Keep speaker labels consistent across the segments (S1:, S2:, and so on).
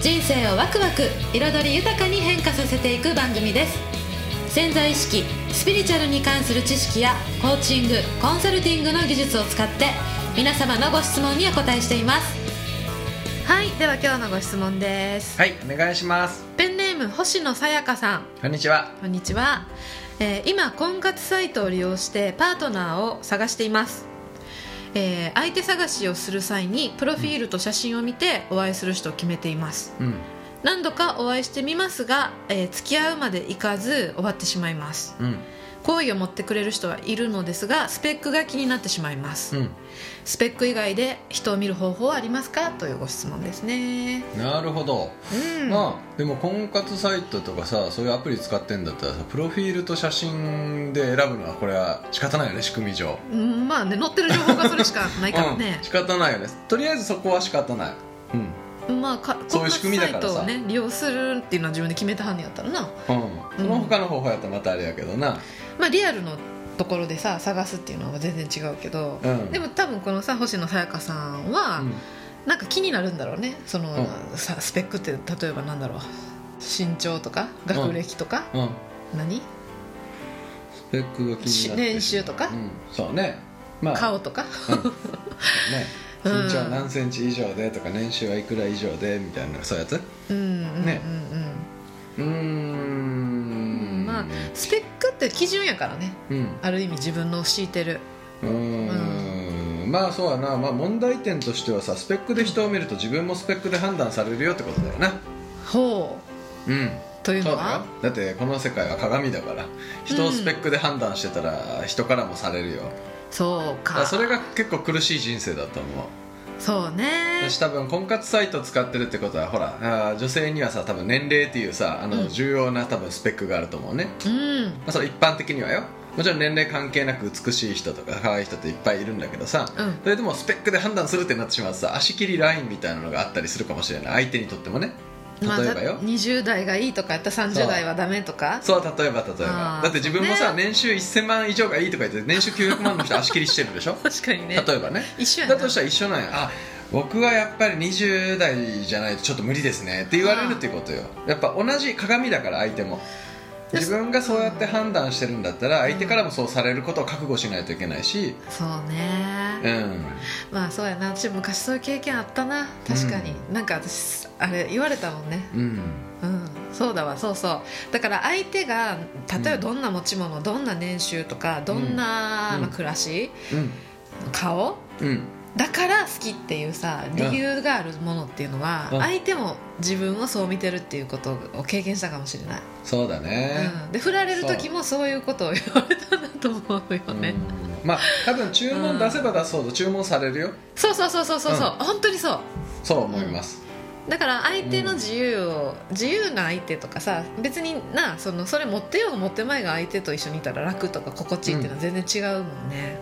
S1: 人生をワクワク彩り豊かに変化させていく番組です潜在意識スピリチュアルに関する知識やコーチングコンサルティングの技術を使って皆様のご質問にお答えしていますはいでは今日のご質問です
S2: はいお願いします
S1: ペンネーム星野さやかさん
S2: こんにちは
S1: こんにちは、えー今婚活サイトを利用してパートナーを探しています、えー相手探しをする際にプロフィールと写真を見てお会いする人を決めています
S2: うん
S1: 何度かお会いしてみますが、えー付き合うまでいかず終わってしまいます
S2: うん
S1: 好意を持ってくれる人はいるのですがスペックが気になってしまいます、
S2: うん
S1: スペック以外で人を見る方法はありますかというご質問ですね
S3: なるほど、
S1: うん、
S3: まあでも婚活サイトとかさそういうアプリ使ってんだったらさプロフィールと写真で選ぶのはこれは仕方ないよね仕組み上
S1: うんまあね載ってる情報がそれしかないからね
S3: うん、仕方ないよねとりあえずそこは仕方ないうん
S1: まあ、か
S3: そういう仕組みだからさ
S1: 婚活サイトをね利用するっていうのは自分で決めたはんねやったらな、
S3: うん、その他の方法やったらまたあれやけどな、
S1: まあ、リアルのところでさ探すっていうのは全然違うけど、
S3: うん、
S1: でも多分このさ星野さやかさんは、
S3: うん
S1: なんか気になるんだろうねその、
S3: う
S1: さスペックって例えばなんだろう身長とか学歴とか、
S3: うん、
S1: 何
S3: スペックが気になって
S1: 年収とか
S3: うん、そうねまあ
S1: 顔とか、
S3: うんそうね
S1: うん
S3: 身長何センチ以上でとか年収はいくら以上でみたいなそういうやつ
S1: うん、うんうんうん
S3: ねうーん
S1: まあスペックって基準やからね
S3: うん
S1: ある意味自分の敷いてる
S3: うーんまあそうやな、まあ、問題点としてはさスペックで人を見ると自分もスペックで判断されるよってことだよな
S1: 方
S3: うん
S1: という
S3: そ
S1: の
S3: うだよ
S1: は
S3: だってこの世界は鏡だから人をスペックで判断してたら人からもされるよ、
S1: そう
S3: だ
S1: か
S3: からそれが結構苦しい人生だと思う
S1: そうね
S3: 私多分婚活サイト使ってるってことはほらあー女性にはさ多分年齢っていうさあ
S1: うん
S3: の重要な多分スペックがあると思うね、
S1: うん
S3: まあ、それ一般的にはよもちろん年齢関係なく美しい人とか可愛い人っていっぱいいるんだけどさ、
S1: うん
S3: それでもスペックで判断するってなってしまうとさ足切りラインみたいなのがあったりするかもしれない相手にとってもね例
S1: まあ、
S3: えばよ、
S1: だ20代がいいとかやったら30代はダメとか
S3: そう例えば例えば
S1: あー
S3: だって自分も
S1: そ
S3: さ、
S1: う
S3: 年収1000万以上がいいとか言って年収900万の人足切りしてるでしょ
S1: 確か にね
S3: 例えばね
S1: 一緒やな
S3: だとしたら一緒なんやあ僕はやっぱり20代じゃないとちょっと無理ですねって言われるっていうことよやっぱ同じ鏡だから相手も
S1: で
S3: 自分がそうやって判断してるんだったら相手からもそうされることを覚悟しないといけないし
S1: そう
S3: う
S1: ね、
S3: ん
S1: まあそうやな私昔そういう経験あったな確かに、なんか私あれ言われたもんね
S3: うん
S1: うんそうだわそうそうだから相手が例えば
S3: うん
S1: どんな持ち物、どんな年収とかどんな、
S3: うん
S1: まあ、暮らし
S3: うん
S1: 顔
S3: うん
S1: だから好きっていうさ理由があるものっていうのは、
S3: うん
S1: 相手も自分をそう見てるっていうことを経験したかもしれない
S3: そうだね、
S1: うんで振られる時もそういうことを言われたんだと思うよね、
S3: うんまあ多分注文出せば出そうと注文されるよ
S1: そうそうそうそうそうそう、本当にそう
S3: そう思います、
S1: だから相手の自由を、自由な相手とかさ別になそのそれ持ってようが持ってまいが相手と一緒にいたら楽とか心地いいっていうのは全然違うもんね、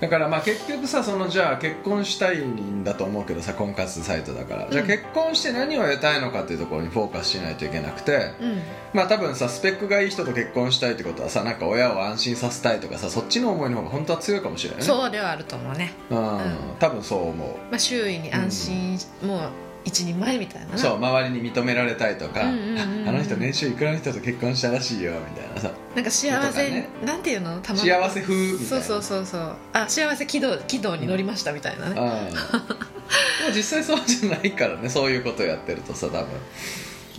S3: だからまあ結局さそのじゃあ結婚したいんだと思うけどさ婚活サイトだから、じゃあ
S1: うん
S3: 結婚して何を得たいのかっていうところにフォーカスしないといけなくて、
S1: うん
S3: まあ多分さスペックがいい人と結婚したいってことはさなんか親を安心させたいとかさそっちの思いの方が本当は強いかもしれないね
S1: そうではあると思うね、
S3: うん、
S1: ん
S3: 多分そう思
S1: まあ、周囲に安心、もう一人前みたいな
S3: う
S1: な
S3: そう周りに認められたいとか、
S1: うんうんうんうん
S3: あの人年収いくらの人と結婚したらしいよみたいなさ
S1: なんか幸せ、
S3: とか
S1: なんていうのたま
S3: 幸せ風みたいな
S1: そうそうそうそうあ幸せ軌道軌道に乗りましたみたいなね、
S3: うんでも実際そうじゃないからねそういうことをやってるとさ多分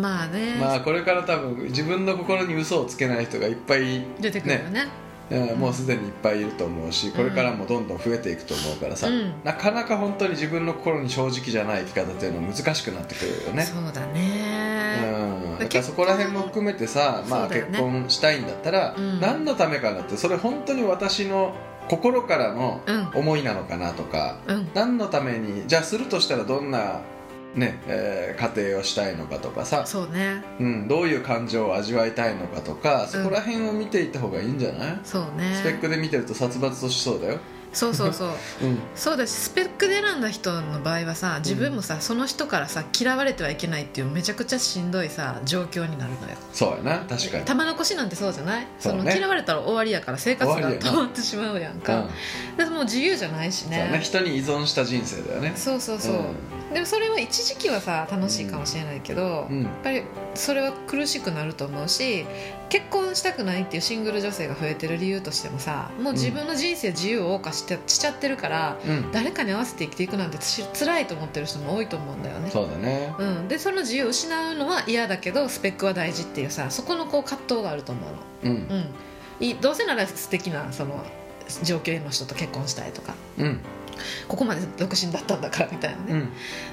S1: まあね、
S3: まあこれから多分自分の心に嘘をつけない人がいっぱい、
S1: 出てくるよね
S3: うんもうすでにいっぱいいると思うしこれからもどんどん増えていくと思うからさ、
S1: うん
S3: なかなか本当に自分の心に正直じゃない生き方っていうのは難しくなってくるよね
S1: そうだね、
S3: うん、だか
S1: 結婚
S3: らそこら辺も含めてさ、ま
S1: そ
S3: あ、
S1: うだよ
S3: 結
S1: ね
S3: 婚したいんだったら、
S1: うん
S3: 何のためかなってそれ本当に私の心からの
S1: うん
S3: 思いなのかなとか、
S1: うん
S3: 何のためにじゃあするとしたらどんなねえー家庭をしたいのかとかさ、
S1: そうね
S3: うん、どういう感情を味わいたいのかとかそこら辺を見ていった方がいいんじゃない、
S1: そう
S3: スペック
S1: ね
S3: で見てると殺伐としそうだよ、
S1: そう そうそう
S3: うん、
S1: そうだしスペックで選んだ人の場合はさ自分もさ、その人からさ嫌われてはいけないっていうめちゃくちゃしんどいさ状況になるのよ
S3: そうやな確かに
S1: 玉のしなんてそうじゃないそ,、
S3: そうね
S1: の嫌われたら終わりやから生活が
S3: 終わりやな
S1: 止まってしまうやん
S3: うん
S1: か、でもう自由じゃないし
S3: そうやな人に依存した人生だよね
S1: そうそうそう、でもそれは一時期はさ楽しいかもしれないけど、
S3: うん、う
S1: や
S3: ん
S1: っぱりそれは苦しくなると思うし結婚したくないっていうシングル女性が増えてる理由としてもさもう自分の人生自由を謳歌してしちゃってるから
S3: うん、
S1: 誰かに合わせて生きていくなんてつ辛いと思ってる人も多いと思うんだよね。
S3: そうだね
S1: うん、でその自由を失うのは嫌だけどスペックは大事っていうさそこのこう葛藤があると思うの。
S3: うん
S1: うん、いどうせなら素敵なその状況の人と結婚したいとか
S3: うん
S1: ここまで独身だったんだからみたいなね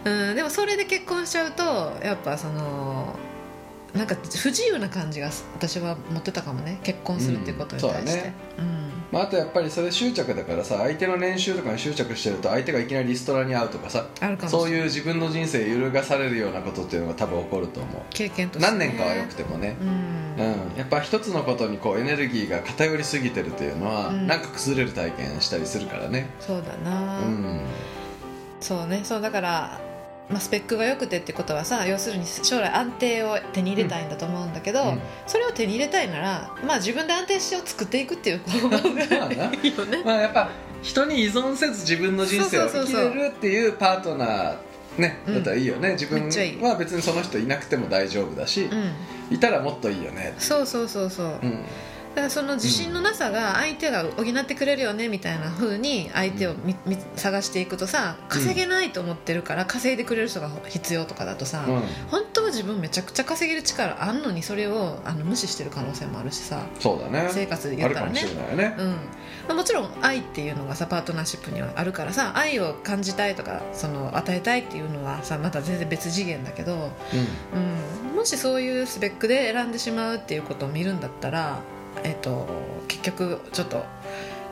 S3: う、ん
S1: うん、でもそれで結婚しちゃうとやっぱそのなんか不自由な感じがす私は持ってたかもね結婚するっていうことに対して、うん
S3: まあ、あとやっぱりそれ執着だからさ相手の年収とかに執着してると相手がいきなりリストラに会うとかさ
S1: あるかもしれな
S3: そ
S1: いう
S3: いう自分の人生揺るがされるようなことっていうのが多分起こると思
S1: 経験と
S3: う
S1: して、
S3: 何年かはよく
S1: て
S3: てもね
S1: う、
S3: うんん、やっぱ一つのことにこうエネルギーが偏りすぎてるというのは、
S1: うん
S3: なんか崩れる体験したりするからね
S1: そうだ
S3: う
S1: な、
S3: ん
S1: そうねそうだから、まあ、スペックが良くてってことはさ要するに将来安定を手に入れたいんだと思うんだけど、
S3: うん
S1: それを手に入れたいなら、まあ、自分で安定しを作っていくっていう方 法
S3: まあ
S1: が
S3: ない
S1: いよね。
S3: まあやっぱ人に依存せず自分の人生を生きれるっていうパートナーね、
S1: うん
S3: だったらいいよね自分
S1: めっちゃいい
S3: は別にその人いなくても大丈夫だし
S1: う、ん、
S3: いたらもっといいよね
S1: そうそうそうそう、だ
S3: うん
S1: からその自信のなさが相手が補ってくれるよねみたいな風に相手をみ、み探していくとさ稼げないと思ってるから稼いでくれる人が必要とかだとさ、
S3: うん
S1: 本当は自分めちゃくちゃ稼げる力あんのにそれをあの無視してる可能性もあるしさ
S3: そうだね
S1: 生活で
S3: あ
S1: 言っ
S3: る
S1: た
S3: からも
S1: ね
S3: しれないよね
S1: うんまあ、もちろん愛っていうのがさパートナーシップにはあるからさ愛を感じたいとかその与えたいっていうのはさまた全然別次元だけど、うん、もしそういうスペックで選んでしまうっていうことを見るんだったら、えっと結局ちょっと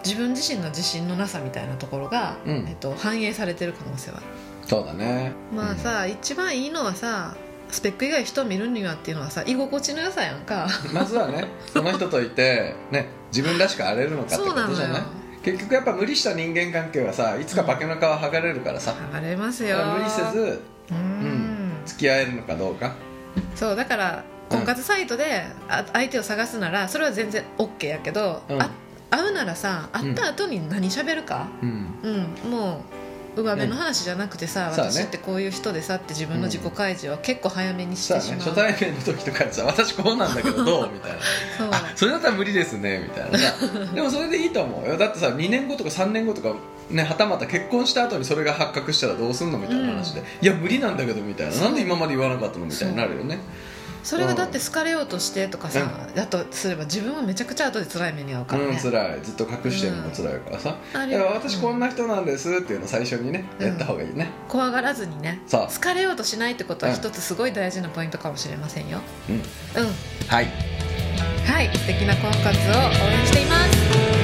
S1: 自分自身の自信のなさみたいなところが、
S3: うん
S1: えっと反映されてる可能性はある
S3: うんそうだね
S1: まあさ、一番いいのはさスペック以外人を見るにはっていうのはさ居心地の良さやんか
S3: うんまずはねその人といてね自分らしく荒れるのかって
S1: そ
S3: こ
S1: うな
S3: と
S1: の
S3: じゃ
S1: よ
S3: ない結局やっぱ無理した人間関係はさいつか化けの皮剥がれるからさ、
S1: 剥がれます
S3: だ
S1: よ
S3: から無理せず
S1: うん
S3: 付き合えるのかどうか
S1: そうだから婚活サイトであ相手を探すならそれは全然 OK やけど、
S3: うん
S1: あ会うならさ会った後に何喋るか、
S3: うん
S1: うんもう上辺の話じゃなくてさ、
S3: ねそう
S1: 私
S3: だ
S1: っ
S3: ね
S1: てこういう人でさって自分の自己開示は結構早めにし
S3: そうだ
S1: てし
S3: ね
S1: まう、
S3: 初対面の時とかにさ私こうなんだけどどうみたいな
S1: そう
S3: あそれだったら無理ですねみたいな さでもそれでいいと思うよだってさ2年後とか3年後とかねはたまた結婚した後にそれが発覚したらどうすんのみたいな話で、いや無理なんだけどみたいな
S1: そう
S3: なんで今まで言わなかったのみたいになるよね
S1: それがだって好かれようとしてとかさ、だとすれば自分はめちゃくちゃ後で辛い目に遭うから
S3: うん
S1: ね、
S3: 辛いずっと隠してるのも辛いからさ、
S1: あ
S3: い
S1: れ
S3: や
S1: は
S3: 私こんな人なんですっていうの最初にね、
S1: うん
S3: やった方がいいね
S1: うん怖がらずにね
S3: さ
S1: 好かれようとしないってことは
S3: うん
S1: 一つすごい大事なポイントかもしれませんよ
S3: うん
S1: うん
S3: あはい
S1: はい、素敵な婚活を応援しています。